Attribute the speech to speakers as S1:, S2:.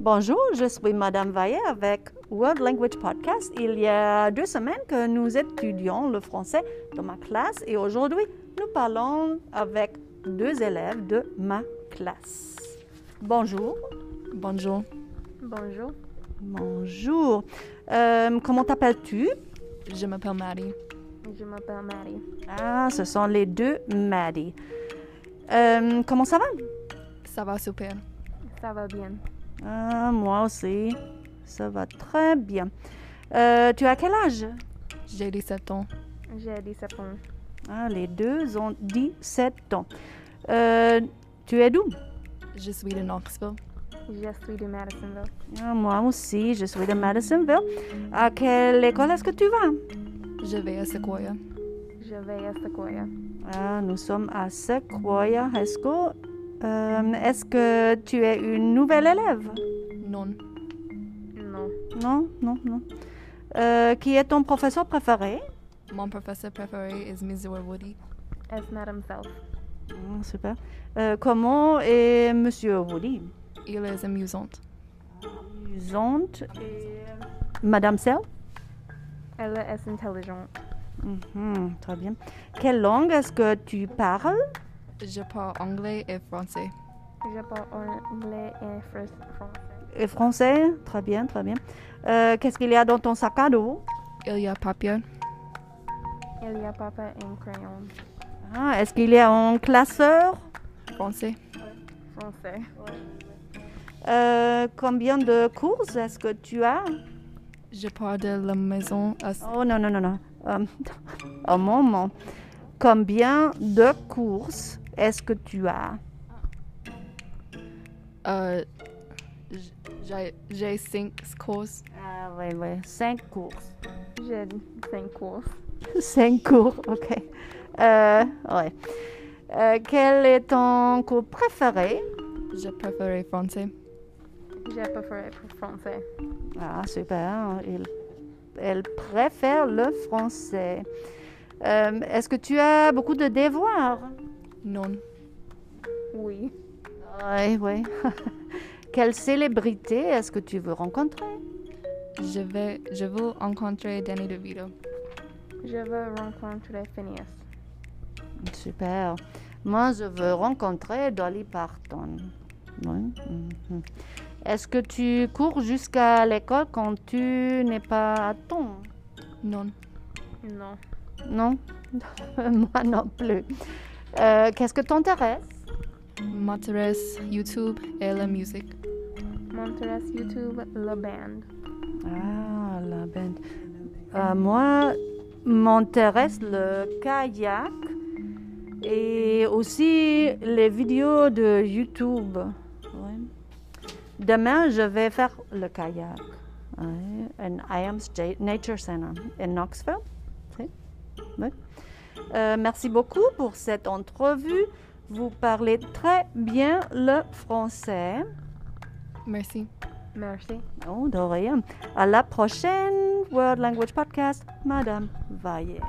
S1: Bonjour, je suis Madame Vaillet avec World Language Podcast. Il y a deux semaines que nous étudions le français dans ma classe et aujourd'hui, nous parlons avec deux élèves de ma classe. Bonjour.
S2: Bonjour.
S3: Bonjour,
S1: Bonjour. Euh, comment t'appelles-tu?
S2: Je m'appelle Marie.
S3: je m'appelle Marie.
S1: Ah, ce sont les deux Maddie. Euh, comment ça va?
S2: Ça va super.
S3: Ça va bien.
S1: Ah, moi aussi. Ça va très bien. Euh, tu as quel âge?
S2: J'ai 17 ans.
S3: J'ai 17 ans.
S1: Ah, les deux ont 17 ans. Euh, tu es d'où?
S2: Je suis de Knoxville.
S3: Je suis de Madisonville.
S1: Ah, moi aussi, je suis de Madisonville. À quelle école est-ce que tu vas?
S2: Je vais à Sequoia.
S3: Je vais à Sequoia.
S1: Ah, nous sommes à Sequoia High School. Euh, est-ce que tu es une nouvelle élève?
S2: Non.
S3: Non.
S1: Non, non, non. Euh, qui est ton professeur préféré?
S2: Mon professeur préféré est Mrs. Woody.
S3: It's not himself.
S1: Ah, super. Euh, comment est Monsieur Woody?
S2: Il est amusant.
S1: Amusante. Madame Sell?
S3: Elle est intelligente.
S1: Mhm, très bien. Quelle langue est-ce que tu parles?
S2: Je parle anglais et français.
S3: Je parle anglais et fr- français.
S1: Et français? Très bien, très bien. Euh, qu'est-ce qu'il y a dans ton sac à dos?
S2: Il y a papier.
S3: Il y a papa et un crayon.
S1: Ah, est-ce qu'il y a un classeur?
S2: Français.
S3: Français.
S1: Euh, combien de courses est-ce que tu as?
S2: Je pars de la maison à...
S1: Oh non, non, non, non. Euh, un moment. Combien de courses est-ce que tu as?
S2: Euh, j- j'ai- J'ai cinq courses.
S1: Ah oui, oui, cinq courses.
S3: J'ai 5 courses.
S1: Cinq cours, ok. Euh, ouais. Euh, quel est ton cours préféré?
S2: Je préfère français.
S3: Je préfère le français.
S1: Ah, super. Il- elle préfère le français. Euh, est-ce que tu as beaucoup de devoirs?
S2: Non.
S3: Oui.
S1: Oui, oui. Quelle célébrité est-ce que tu veux rencontrer?
S2: Je vais... Je veux rencontrer Danny DeVito.
S3: Je veux rencontrer Phineas.
S1: Super. Moi, je veux rencontrer Dolly Parton. Oui. mhm. Est-ce que tu cours jusqu'à l'école quand tu n'es pas à temps?
S2: Non.
S3: Non.
S1: Non, moi non plus. Euh, Qu'est-ce que t'intéresse?
S2: M'intéresse YouTube et la musique.
S3: M'intéresse YouTube, le band.
S1: Ah, la bande. Euh, moi, m'intéresse le kayak et aussi les vidéos de YouTube. Ouais. Demain, je vais faire le kayak. Ouais. And I am Sta- Nature Center in Knoxville. Si. Ouais. Euh, merci beaucoup pour cette entrevue. Vous parlez très bien le français.
S2: Merci.
S3: Merci.
S1: Oh, de rien. À la prochaine World Language Podcast, Madame Vaillet.